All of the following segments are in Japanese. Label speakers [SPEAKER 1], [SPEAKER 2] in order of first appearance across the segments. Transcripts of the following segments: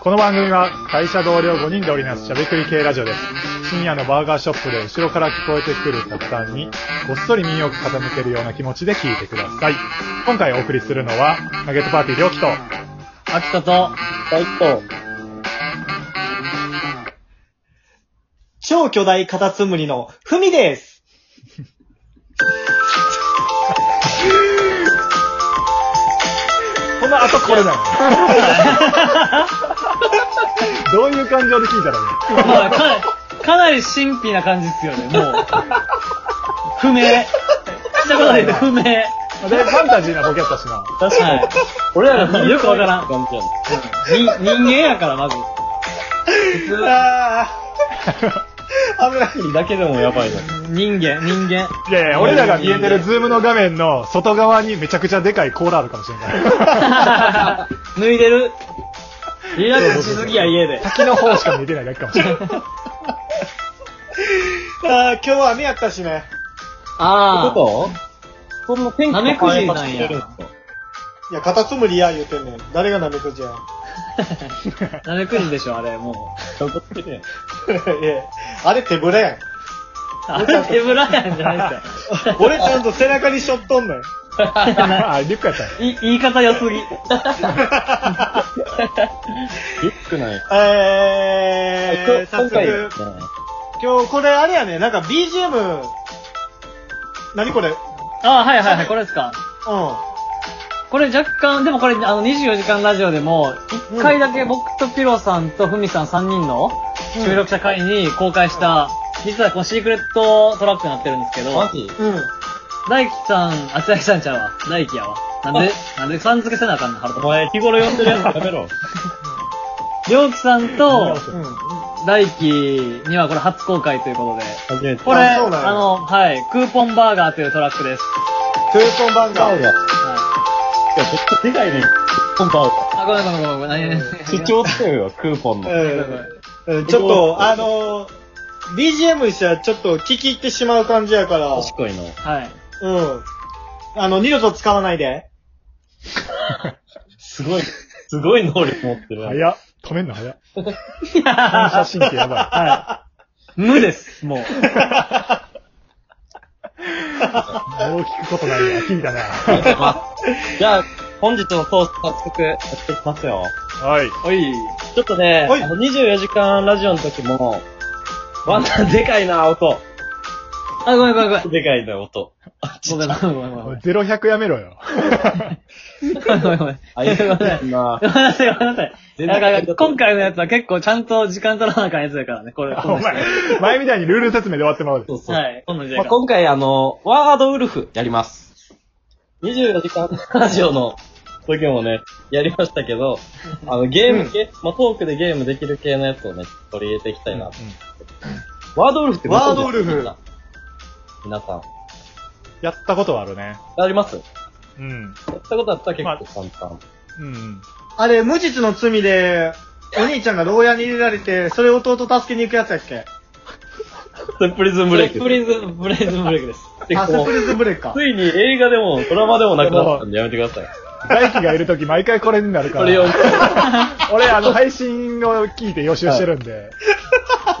[SPEAKER 1] この番組は会社同僚5人で織りなすしゃべくり系ラジオです。深夜のバーガーショップで後ろから聞こえてくる雑談に、ごっそり身を傾けるような気持ちで聞いてください。今回お送りするのは、ナゲットパーティー良きと、
[SPEAKER 2] あきとと、
[SPEAKER 3] 大と、
[SPEAKER 2] 超巨大カタツムリのふみです。
[SPEAKER 1] この後これだよ。どういう感情で聞いたらいいの
[SPEAKER 3] まあ、かなり、かなり神秘な感じですよね、もう。不明。したことないで不
[SPEAKER 1] ま
[SPEAKER 3] 明。
[SPEAKER 1] あだいぶファンタジーなボケやったし な。
[SPEAKER 3] 確かに。俺らがよくわからん。
[SPEAKER 2] 感じや
[SPEAKER 3] 人人間やから、まず。普通、
[SPEAKER 2] あー危ない。だけでもやばいな。
[SPEAKER 3] 人間、人間。
[SPEAKER 1] いやいや、俺らが見えてるズームの画面の外側にめちゃくちゃでかいコーラあるかもしれない。
[SPEAKER 3] 脱いでる。 リラックスしすぎや、家で。
[SPEAKER 1] 先の方しか見えてないだけかも しれない。
[SPEAKER 2] あー今日は雨やったしね。
[SPEAKER 3] ああ。
[SPEAKER 2] とそんな天
[SPEAKER 3] 気の変わり方してるんすか
[SPEAKER 2] いや、カタツムリや言うてんねん。誰がナメクジやん。
[SPEAKER 3] なめくじでしょ、あれ、もう。
[SPEAKER 2] いやあれ手ぶらやん。
[SPEAKER 3] あれ、手ぶらやんじゃ ないですよ。
[SPEAKER 2] 俺ちゃんと背中にしょっとんのよ。
[SPEAKER 1] あ、リュックやったんや
[SPEAKER 3] い言い方良 すぎ。
[SPEAKER 4] ビッグない。
[SPEAKER 2] えー、早速、今日これあれやね、なんか BGM、何これうん。
[SPEAKER 3] ああ、はいはいはい、これですか。これ若干、でもこれ、あの、24時間ラジオでも、一回だけ僕とピロさんとフミさん3人の収録者会に公開した、実はこのシークレットトラックになってるんですけど、
[SPEAKER 4] マジ
[SPEAKER 2] うん。
[SPEAKER 3] 大輝さん、あ、ちらさんちゃうわ。大輝やわ。なんで、なんでさん付けせなあかんの、腹
[SPEAKER 4] お
[SPEAKER 3] 立
[SPEAKER 4] 前、日頃呼んでるやつやめろ。
[SPEAKER 3] つ。りょうきさん
[SPEAKER 2] う
[SPEAKER 3] と
[SPEAKER 2] ん。
[SPEAKER 3] 大輝にはこれ初公開ということで、
[SPEAKER 4] 初めて。
[SPEAKER 3] これ、
[SPEAKER 2] あそうなんや
[SPEAKER 3] あの、はい、クーポンバーガーというトラックです。
[SPEAKER 2] トゥーコンバン
[SPEAKER 4] バ
[SPEAKER 2] ガ
[SPEAKER 4] ウ
[SPEAKER 2] ー。
[SPEAKER 4] が。いや、
[SPEAKER 3] は
[SPEAKER 4] めっちゃでかいね。コンバウ
[SPEAKER 3] い。あ、ごめんごめんごめんごめん、何々
[SPEAKER 4] が。主張強いわ、クーポンの。
[SPEAKER 2] うんうん。ちょっと、あのー、BGM にしたらちょっと聞き入ってしまう感じやから、
[SPEAKER 4] 確かにな。
[SPEAKER 3] はい。
[SPEAKER 2] うん。あの、二度と使わないで。
[SPEAKER 4] すごい、すごい能力持ってるわ。
[SPEAKER 1] 早っ。止めんの早っ。反射神経やばい。
[SPEAKER 3] 無です、 もう。
[SPEAKER 1] もう聞くことないわ。聞いたな。
[SPEAKER 4] じゃあ、本日のトースト早速やっていきますよ。
[SPEAKER 1] はい。
[SPEAKER 3] おい。
[SPEAKER 4] ちょっとね、
[SPEAKER 2] はい
[SPEAKER 4] あの24時間ラジオの時も、わな、でかいな、音。
[SPEAKER 3] あ、ごめんごめんごめん。
[SPEAKER 4] でかいな、音。
[SPEAKER 3] ごめんごめんごめんごめん。
[SPEAKER 1] ゼロ100やめろよ。
[SPEAKER 3] ごめんごめんごめん。
[SPEAKER 4] あ、い
[SPEAKER 3] ごめんなさい。
[SPEAKER 4] な
[SPEAKER 3] ごめんなさい、ごめんなさい。
[SPEAKER 4] 全然
[SPEAKER 3] なんか今回のやつは結構ちゃんと時間取らなあかんやつだからね、これ。
[SPEAKER 1] お前、前みたいにルール説明で終わってまうで
[SPEAKER 4] そ。うそう。
[SPEAKER 3] はい、今度じゃ
[SPEAKER 4] ま
[SPEAKER 3] あ
[SPEAKER 4] あ、。今回あの、ワードウルフやります。24時間ラジオの時もね、やりましたけど、あの、ゲーム系、まあ、トークでゲームできる系のやつをね、取り入れていきたいな。ワードウルフって
[SPEAKER 2] ワードウルフ
[SPEAKER 4] ご存知ですか皆さん。
[SPEAKER 1] やったことはあるね。
[SPEAKER 4] ありますや
[SPEAKER 1] うん。
[SPEAKER 4] ったことあったら結構簡単。
[SPEAKER 1] うん。
[SPEAKER 2] あれ、無実の罪で、お兄ちゃんが牢屋に入れられて、それを弟助けに行くやつやっけ
[SPEAKER 4] それプリズンブレイク。
[SPEAKER 3] プリズム、プリズムブレイクです。
[SPEAKER 4] で
[SPEAKER 2] あ、
[SPEAKER 4] こ
[SPEAKER 2] セプ
[SPEAKER 4] う
[SPEAKER 2] リズブレイクか。
[SPEAKER 4] ついに映画でも、ドラマでもなくなったんでやめてください。
[SPEAKER 1] 大輝がいるとき毎回これになるか
[SPEAKER 4] これを
[SPEAKER 1] ら。、俺、あの、配信を聞いて予習してるんで、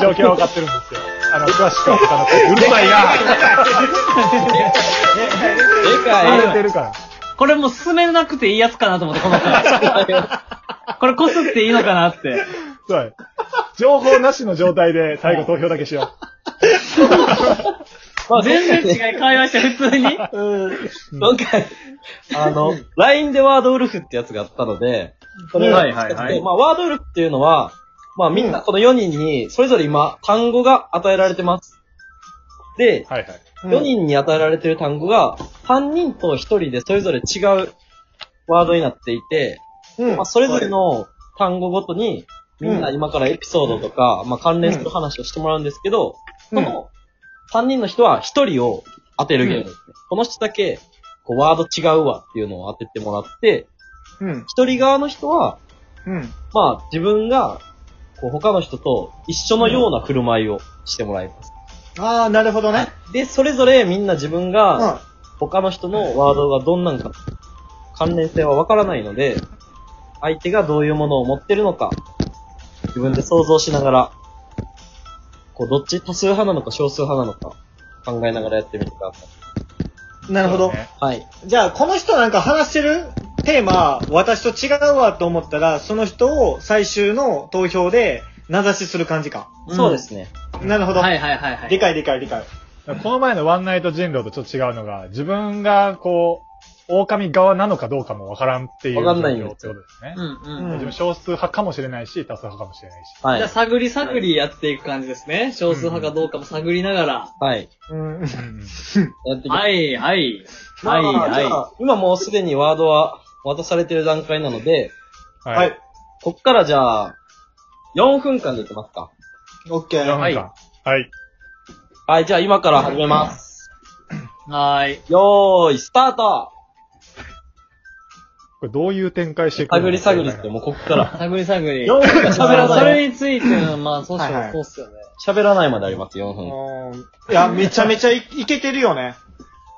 [SPEAKER 1] 状況は分かってるんですよ。あの、詳しくは他の子、うるさいな
[SPEAKER 4] でかい
[SPEAKER 1] 言われてるから。
[SPEAKER 3] これもう進めなくていいやつかなと思って、この回。 これこすっていいのかなって。
[SPEAKER 1] そうや情報なしの状態で最後投票だけしよ
[SPEAKER 4] まあ
[SPEAKER 3] 全然違い会話して、普 通に。
[SPEAKER 2] うん。
[SPEAKER 4] 今回、あの、LINE でワードウルフってやつがあったので、それを
[SPEAKER 3] はいはいはい
[SPEAKER 4] でまあ、ワードウルフっていうのは、まあみんなこの4人に、それぞれ今、単語が与えられてます。で
[SPEAKER 1] う。、はいはい。
[SPEAKER 4] 4人に与えられてる単語が、3人と1人でそれぞれ違うワードになっていて、
[SPEAKER 2] うん
[SPEAKER 4] まあ、それぞれ、の単語ごとに、みんな今からエピソードとか、まあ関連する話をしてもらうんですけど、
[SPEAKER 2] うん
[SPEAKER 4] その3人の人は1人を当てるゲームですね。この人だけ、こう、ワード違うわっていうのを当ててもらって、
[SPEAKER 2] うん。
[SPEAKER 4] 1人側の人は、
[SPEAKER 2] うん。
[SPEAKER 4] まあ自分が、こう、他の人と一緒のような振る舞いをしてもらいます。
[SPEAKER 2] ああ、なるほどね。
[SPEAKER 4] で、それぞれみんな自分
[SPEAKER 2] うん
[SPEAKER 4] が、。他の人のワードがどんなんか関連性はわからないので、相手がどういうものを持ってるのか、自分で想像しながら、こう、どっち多数派なのか少数派なのか、考えながらやってみてくださ
[SPEAKER 2] なるほど。
[SPEAKER 4] い。はい。
[SPEAKER 2] じゃあ、この人なんか話してるテーマ、私と違うわと思ったら、その人を最終の投票で名指しする感じか。
[SPEAKER 3] うん
[SPEAKER 4] そうですね。
[SPEAKER 2] なるほど。
[SPEAKER 3] はいはいはいはい。
[SPEAKER 2] 理解理解理解。
[SPEAKER 1] この前のワンナイト人狼とちょっと違うのが、自分がこう、狼側なのかどうかもわからんっていう
[SPEAKER 4] わかんないん
[SPEAKER 1] 状況
[SPEAKER 4] で
[SPEAKER 1] って
[SPEAKER 4] す
[SPEAKER 1] こ
[SPEAKER 4] よ
[SPEAKER 1] とですね。
[SPEAKER 3] うんうん。
[SPEAKER 2] うん
[SPEAKER 1] 自分少数派かもしれないし、多数派かもしれないし。
[SPEAKER 4] は
[SPEAKER 3] じゃあ
[SPEAKER 4] い。
[SPEAKER 3] 探り探りやっていく感じですね。少数派かどうかも探りながら。
[SPEAKER 4] はい。
[SPEAKER 2] うん。
[SPEAKER 4] やっていきます
[SPEAKER 3] はいはい。
[SPEAKER 4] ま
[SPEAKER 3] は
[SPEAKER 4] あ
[SPEAKER 3] い
[SPEAKER 4] まあじゃ
[SPEAKER 3] は
[SPEAKER 4] あ今もうすでにワードは渡されてる段階なので、
[SPEAKER 1] は
[SPEAKER 2] はい。。
[SPEAKER 4] こっからじゃあ、4分間でいきますか。
[SPEAKER 2] オッケー。
[SPEAKER 1] はい。はい。
[SPEAKER 4] はい、じゃあ今から始めます。
[SPEAKER 3] い。はーい。
[SPEAKER 4] よーい、スタート
[SPEAKER 1] これどういう展開していくのか
[SPEAKER 4] 探り探りって、もうこっから。
[SPEAKER 3] 探り探り。
[SPEAKER 4] 4分間喋ら
[SPEAKER 3] そ
[SPEAKER 4] ない。
[SPEAKER 3] れについての、まあ、そうし
[SPEAKER 2] はいは
[SPEAKER 3] よ、
[SPEAKER 2] いう
[SPEAKER 3] そうっすよね。
[SPEAKER 4] 喋らないまであります、4分。
[SPEAKER 2] うんいや、めちゃめちゃいいけてるよね。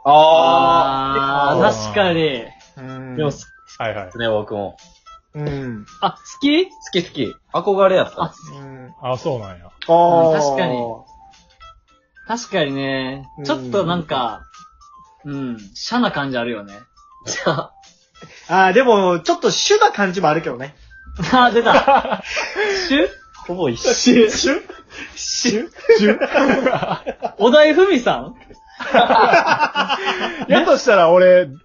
[SPEAKER 4] あ
[SPEAKER 3] あ
[SPEAKER 1] ー
[SPEAKER 3] ー、確かに。
[SPEAKER 2] うん
[SPEAKER 4] ー。でも好きで
[SPEAKER 1] はいはい
[SPEAKER 4] す。ね、僕も。
[SPEAKER 2] うん。
[SPEAKER 3] あ、好き
[SPEAKER 4] 好き好き。憧れやった。
[SPEAKER 3] あ
[SPEAKER 2] うん。
[SPEAKER 1] あ、そうなん や。
[SPEAKER 2] あー
[SPEAKER 3] 確かに確かにね
[SPEAKER 2] う。ん
[SPEAKER 3] ちょっとなんか、うん、シャな感じあるよね。
[SPEAKER 4] じゃあ、
[SPEAKER 2] あーでも、ちょっと主な感じもあるけどね。
[SPEAKER 3] あー、出た。シュ
[SPEAKER 4] ほぼ一緒。
[SPEAKER 2] 主主主
[SPEAKER 3] お題ふみさん
[SPEAKER 1] やとしたら俺、違う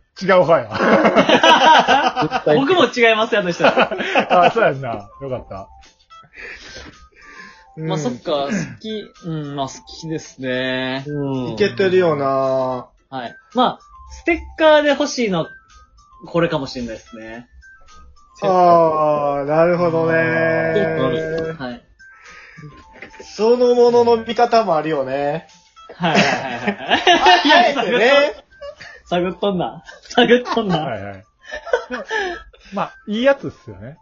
[SPEAKER 1] 派 や。
[SPEAKER 4] 絶対
[SPEAKER 3] 僕も違いますやとしたら。
[SPEAKER 1] あ、そうやんな。よかった。
[SPEAKER 3] まあ、そっか、好き、うん、まあ、好きですね。
[SPEAKER 4] うん。
[SPEAKER 2] いけてるよな
[SPEAKER 3] はい。まあ、ステッカーで欲しいの、これかもしれないですね。
[SPEAKER 2] ああ、なるほど
[SPEAKER 4] あ
[SPEAKER 2] ね
[SPEAKER 4] ー
[SPEAKER 3] はい。
[SPEAKER 2] そのものの見方もあるよね。
[SPEAKER 3] はいはいはいはい。
[SPEAKER 2] あえてね。
[SPEAKER 3] 探っとんな。探っとんな。
[SPEAKER 1] はいはい。まあ、いいやつっすよね。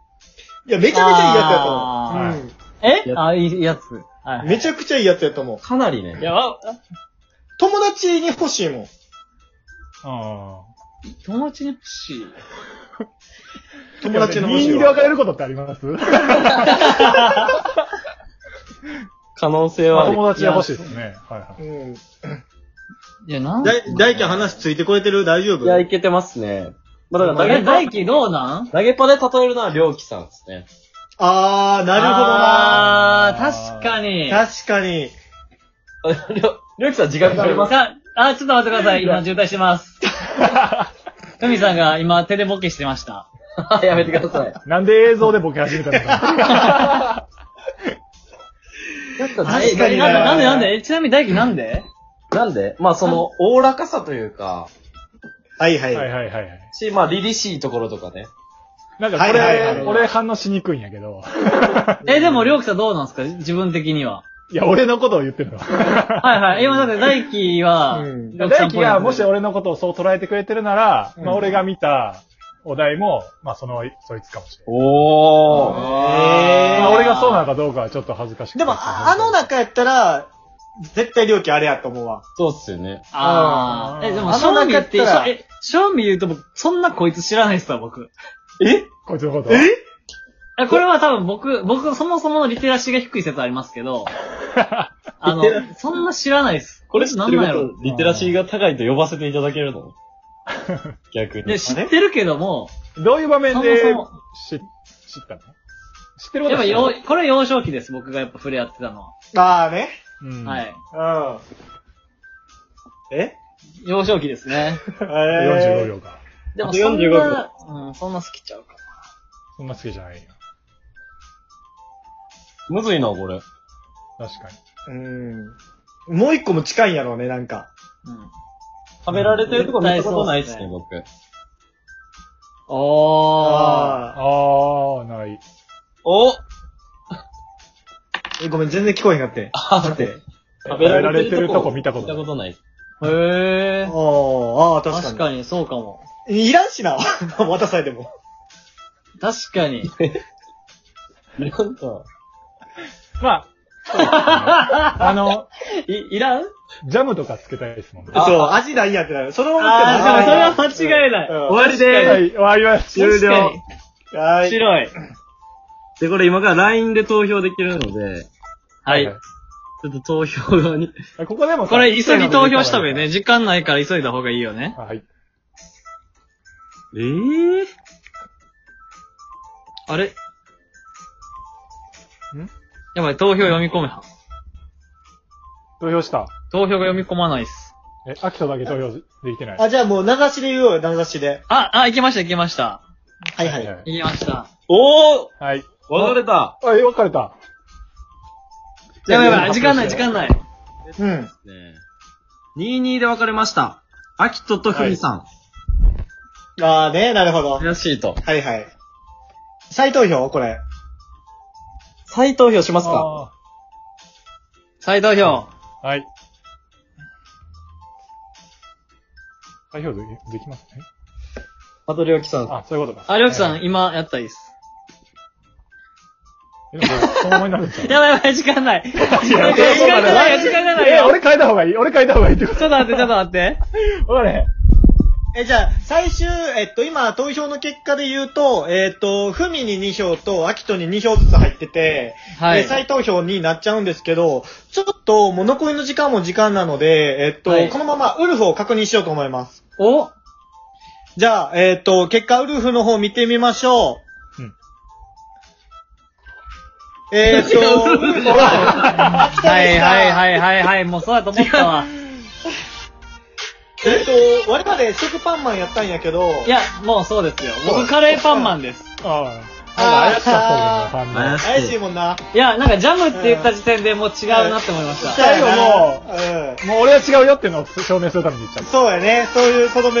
[SPEAKER 2] いや、めちゃめちゃいいやつやと思
[SPEAKER 1] あ
[SPEAKER 2] う
[SPEAKER 1] ー
[SPEAKER 2] うん。
[SPEAKER 3] えあ、いいやつ。はい。
[SPEAKER 2] めちゃくちゃいいやつやと思う。
[SPEAKER 4] かなりね。
[SPEAKER 3] いや、わ
[SPEAKER 2] 友達に欲しいもん。
[SPEAKER 1] あ
[SPEAKER 3] 友達に欲しい。
[SPEAKER 1] あ。
[SPEAKER 2] 友達の欲し
[SPEAKER 1] 人
[SPEAKER 2] い
[SPEAKER 1] で
[SPEAKER 2] わ。
[SPEAKER 1] 別れることってあり ます
[SPEAKER 4] 可能性はある。
[SPEAKER 1] 友達が欲しいですね。はいはい。
[SPEAKER 2] うん。
[SPEAKER 3] いや、なん
[SPEAKER 2] だい大輝話ついてこれてる大丈
[SPEAKER 4] い
[SPEAKER 2] 夫
[SPEAKER 4] や、いけてますね。まあ、だから投
[SPEAKER 3] え、
[SPEAKER 4] げ
[SPEAKER 3] 大輝どうなん
[SPEAKER 4] 投げパで例えるのは、りょうきさんです ね。
[SPEAKER 2] あー、なる
[SPEAKER 3] あー、確かに。
[SPEAKER 2] ほどな。確かに。
[SPEAKER 4] りょ、りょうきさん自覚あります
[SPEAKER 3] さあ、あ、ちょっと待ってください。今、渋滞してます。ふみさんが今、手でボケしてました。
[SPEAKER 4] かやめてください。
[SPEAKER 1] なんで映像でボケ始めたのか。
[SPEAKER 2] 確かに
[SPEAKER 3] な
[SPEAKER 2] なん
[SPEAKER 3] で、なんで、なんでえちなみに大輝なんで
[SPEAKER 4] なんでまあ、その、おおらかさというか、
[SPEAKER 2] はいは。
[SPEAKER 1] はいいはいはいはい。
[SPEAKER 4] し、まあ、凛々しいところとかね。
[SPEAKER 1] なんかこれ、
[SPEAKER 2] はいはいはい
[SPEAKER 1] 俺反応しにくいんやけど。
[SPEAKER 3] え、でも、りょうきさんどうなんですか自分的には。
[SPEAKER 1] いや、俺のことを言ってるの。
[SPEAKER 3] はいはい。今、だって大輝は、
[SPEAKER 2] うん
[SPEAKER 3] りょうきさ
[SPEAKER 1] 大
[SPEAKER 3] んっ
[SPEAKER 1] 輝
[SPEAKER 3] ぽいな
[SPEAKER 1] が
[SPEAKER 3] んで
[SPEAKER 1] もし俺のことをそう捉えてくれてるなら、
[SPEAKER 2] うん
[SPEAKER 1] まあ俺が見たお題も、まあその、そいつかもしれ
[SPEAKER 4] おー。
[SPEAKER 1] ない。
[SPEAKER 2] え
[SPEAKER 1] まあ俺がそうなのかどうかはちょっと恥ずかしくて
[SPEAKER 2] でも、ああの、中やったら、絶対料金あれやと思うわ。
[SPEAKER 4] そうっすよね。
[SPEAKER 1] あ
[SPEAKER 3] ああ。
[SPEAKER 1] ー
[SPEAKER 3] え、でも、
[SPEAKER 2] あ
[SPEAKER 3] 正
[SPEAKER 2] の
[SPEAKER 3] 味
[SPEAKER 2] 中
[SPEAKER 3] 言
[SPEAKER 2] や
[SPEAKER 3] っ、
[SPEAKER 2] ってたら
[SPEAKER 3] しょえ、正味言うと僕、そんなこいつ知らないっすわ、僕。
[SPEAKER 4] え
[SPEAKER 1] こいつのこと。え
[SPEAKER 3] えこれは多分僕、僕、そもそものリテラシーが低い説ありますけ ど、あの
[SPEAKER 4] リテラ、
[SPEAKER 3] そんな知らないっす。
[SPEAKER 4] これ知ってる
[SPEAKER 3] な
[SPEAKER 4] こ
[SPEAKER 3] んなんやろ
[SPEAKER 4] と、リテラシーが高いと呼ばせていただけ るの逆に。
[SPEAKER 3] で、知ってるけども、
[SPEAKER 1] どういう場面で
[SPEAKER 3] そも
[SPEAKER 1] 知知ったの知ってるこ
[SPEAKER 3] や
[SPEAKER 1] とは知っ
[SPEAKER 3] っぱ
[SPEAKER 1] てる
[SPEAKER 3] よ、これ幼少期です、僕がやっぱ触れ合ってたのは。
[SPEAKER 2] あーね。
[SPEAKER 1] うん
[SPEAKER 3] はい。
[SPEAKER 2] うん。え
[SPEAKER 3] 幼少期ですね。
[SPEAKER 1] 45
[SPEAKER 2] ?45
[SPEAKER 1] 秒か。
[SPEAKER 3] でも
[SPEAKER 4] あと
[SPEAKER 3] そん
[SPEAKER 4] 45
[SPEAKER 3] な、うん、そんな好きちゃうか。
[SPEAKER 1] そんな好きじゃないよ。
[SPEAKER 4] むずいな、これ。
[SPEAKER 1] 確かに。
[SPEAKER 2] うん。もう一個も近いんやろうね、なんか。
[SPEAKER 3] うん。
[SPEAKER 4] 食べられてるとこ見たことないっすね、
[SPEAKER 3] 絶
[SPEAKER 4] 僕。
[SPEAKER 3] おー。
[SPEAKER 2] あ
[SPEAKER 1] あー、ない。
[SPEAKER 4] お
[SPEAKER 2] ー。えごめん、全然聞こえへんかって。
[SPEAKER 4] あーって。
[SPEAKER 1] 食べられてるとこ見たことな
[SPEAKER 4] 見た
[SPEAKER 1] い
[SPEAKER 4] ことないっす。
[SPEAKER 3] へ
[SPEAKER 2] あー、
[SPEAKER 3] ー。
[SPEAKER 2] あー、確か
[SPEAKER 3] 確
[SPEAKER 2] に。
[SPEAKER 3] かに、そうかも。
[SPEAKER 2] いらんしな。 渡されても。
[SPEAKER 3] 確かに。
[SPEAKER 4] なんか、
[SPEAKER 1] まあ、 あの、
[SPEAKER 4] い、いらん
[SPEAKER 1] ジャムとかつけたいですもんね。
[SPEAKER 4] あ
[SPEAKER 2] そう、味ないやってなる。そのまま
[SPEAKER 3] あ
[SPEAKER 2] 食っても
[SPEAKER 3] あ、でもそれは間違いない。
[SPEAKER 1] うん
[SPEAKER 4] わりでーす
[SPEAKER 1] はい、終わりました。
[SPEAKER 4] 終了。
[SPEAKER 2] は
[SPEAKER 4] 面
[SPEAKER 2] い。
[SPEAKER 4] 白い。で、これ今から LINE で投票できるので、はい。ちょっと投票側に。
[SPEAKER 1] い。ここでもさ
[SPEAKER 3] これ、急ぎ投票した方がいいね。。時間ないから急いだ方がいいよね。
[SPEAKER 1] あはい。
[SPEAKER 4] えぇ、
[SPEAKER 3] あれんやばい、投票読み込めはん。
[SPEAKER 1] 投票した。
[SPEAKER 3] 投票が読み込まないっす。
[SPEAKER 1] え、秋田だけ投票できてない。
[SPEAKER 2] あ、じゃあもう名指しで言おうよ、名指しで。
[SPEAKER 3] あ、あ、行きました、行きました。
[SPEAKER 2] はいはい。
[SPEAKER 1] い。
[SPEAKER 3] 行きました。
[SPEAKER 4] おー
[SPEAKER 1] はい。
[SPEAKER 4] 分かれた
[SPEAKER 1] あ、え、分かれた。
[SPEAKER 3] やばいやばい、時間ない、時間ない。
[SPEAKER 2] うん。
[SPEAKER 4] ねえ22で分かれました。アキトとフミさん。
[SPEAKER 2] あーね、なるほど。
[SPEAKER 4] 悔しいと。
[SPEAKER 2] はいはい。再投票これ。
[SPEAKER 4] 再投票します
[SPEAKER 1] あ
[SPEAKER 4] か
[SPEAKER 3] 再投票。
[SPEAKER 1] ーはい。投票でできますね。
[SPEAKER 4] マトリオキさん。
[SPEAKER 1] あ、そういうことか。
[SPEAKER 3] あ、りょうきさ
[SPEAKER 1] え
[SPEAKER 3] ん、今やったらいいっす。
[SPEAKER 1] ー。でもこれそのままになるんちゃう
[SPEAKER 3] やばいやばい、時間ない。時間
[SPEAKER 1] いや
[SPEAKER 3] がないよ、時間がない
[SPEAKER 1] え、
[SPEAKER 3] よ。
[SPEAKER 1] 俺変えた方がいい俺変えた方がいいってこ
[SPEAKER 3] ちょっと待って、ちょっと待って。
[SPEAKER 1] と分かれへん。
[SPEAKER 2] え、じゃあ、最終、えっと、今、投票の結果で言うと、えっと、ふみに2票と、あきとに2票ずつ入ってて、
[SPEAKER 3] は
[SPEAKER 2] で再
[SPEAKER 3] い。
[SPEAKER 2] 投票になっちゃうんですけど、ちょっと、もう残りの時間も時間なので、えっと、
[SPEAKER 3] はい
[SPEAKER 2] このままウルフを確認しようと思います。
[SPEAKER 3] お
[SPEAKER 2] じゃあ、えっと、結果ウルフの方見てみましょう。
[SPEAKER 1] うん
[SPEAKER 2] え っと、ウルフは、秋田
[SPEAKER 3] は
[SPEAKER 2] でし
[SPEAKER 3] い
[SPEAKER 2] た
[SPEAKER 3] はいはいはいはい、もうそうだと思ったわ。
[SPEAKER 2] えっと、我々食パンマンやったんやけど、
[SPEAKER 3] いや、もうそうですよ。僕、カレーパンマンです。
[SPEAKER 1] ああ。なんか怪しかったけどな、反応
[SPEAKER 4] 怪しい
[SPEAKER 2] 怪しいもんな。
[SPEAKER 3] いや、なんかジャムって言った時点でもう違うなって思いました。
[SPEAKER 1] 最後も
[SPEAKER 2] う、うん。
[SPEAKER 1] もう俺は違うよっていうのを証明するために言っちゃった。
[SPEAKER 2] そうやね。そういうとどめを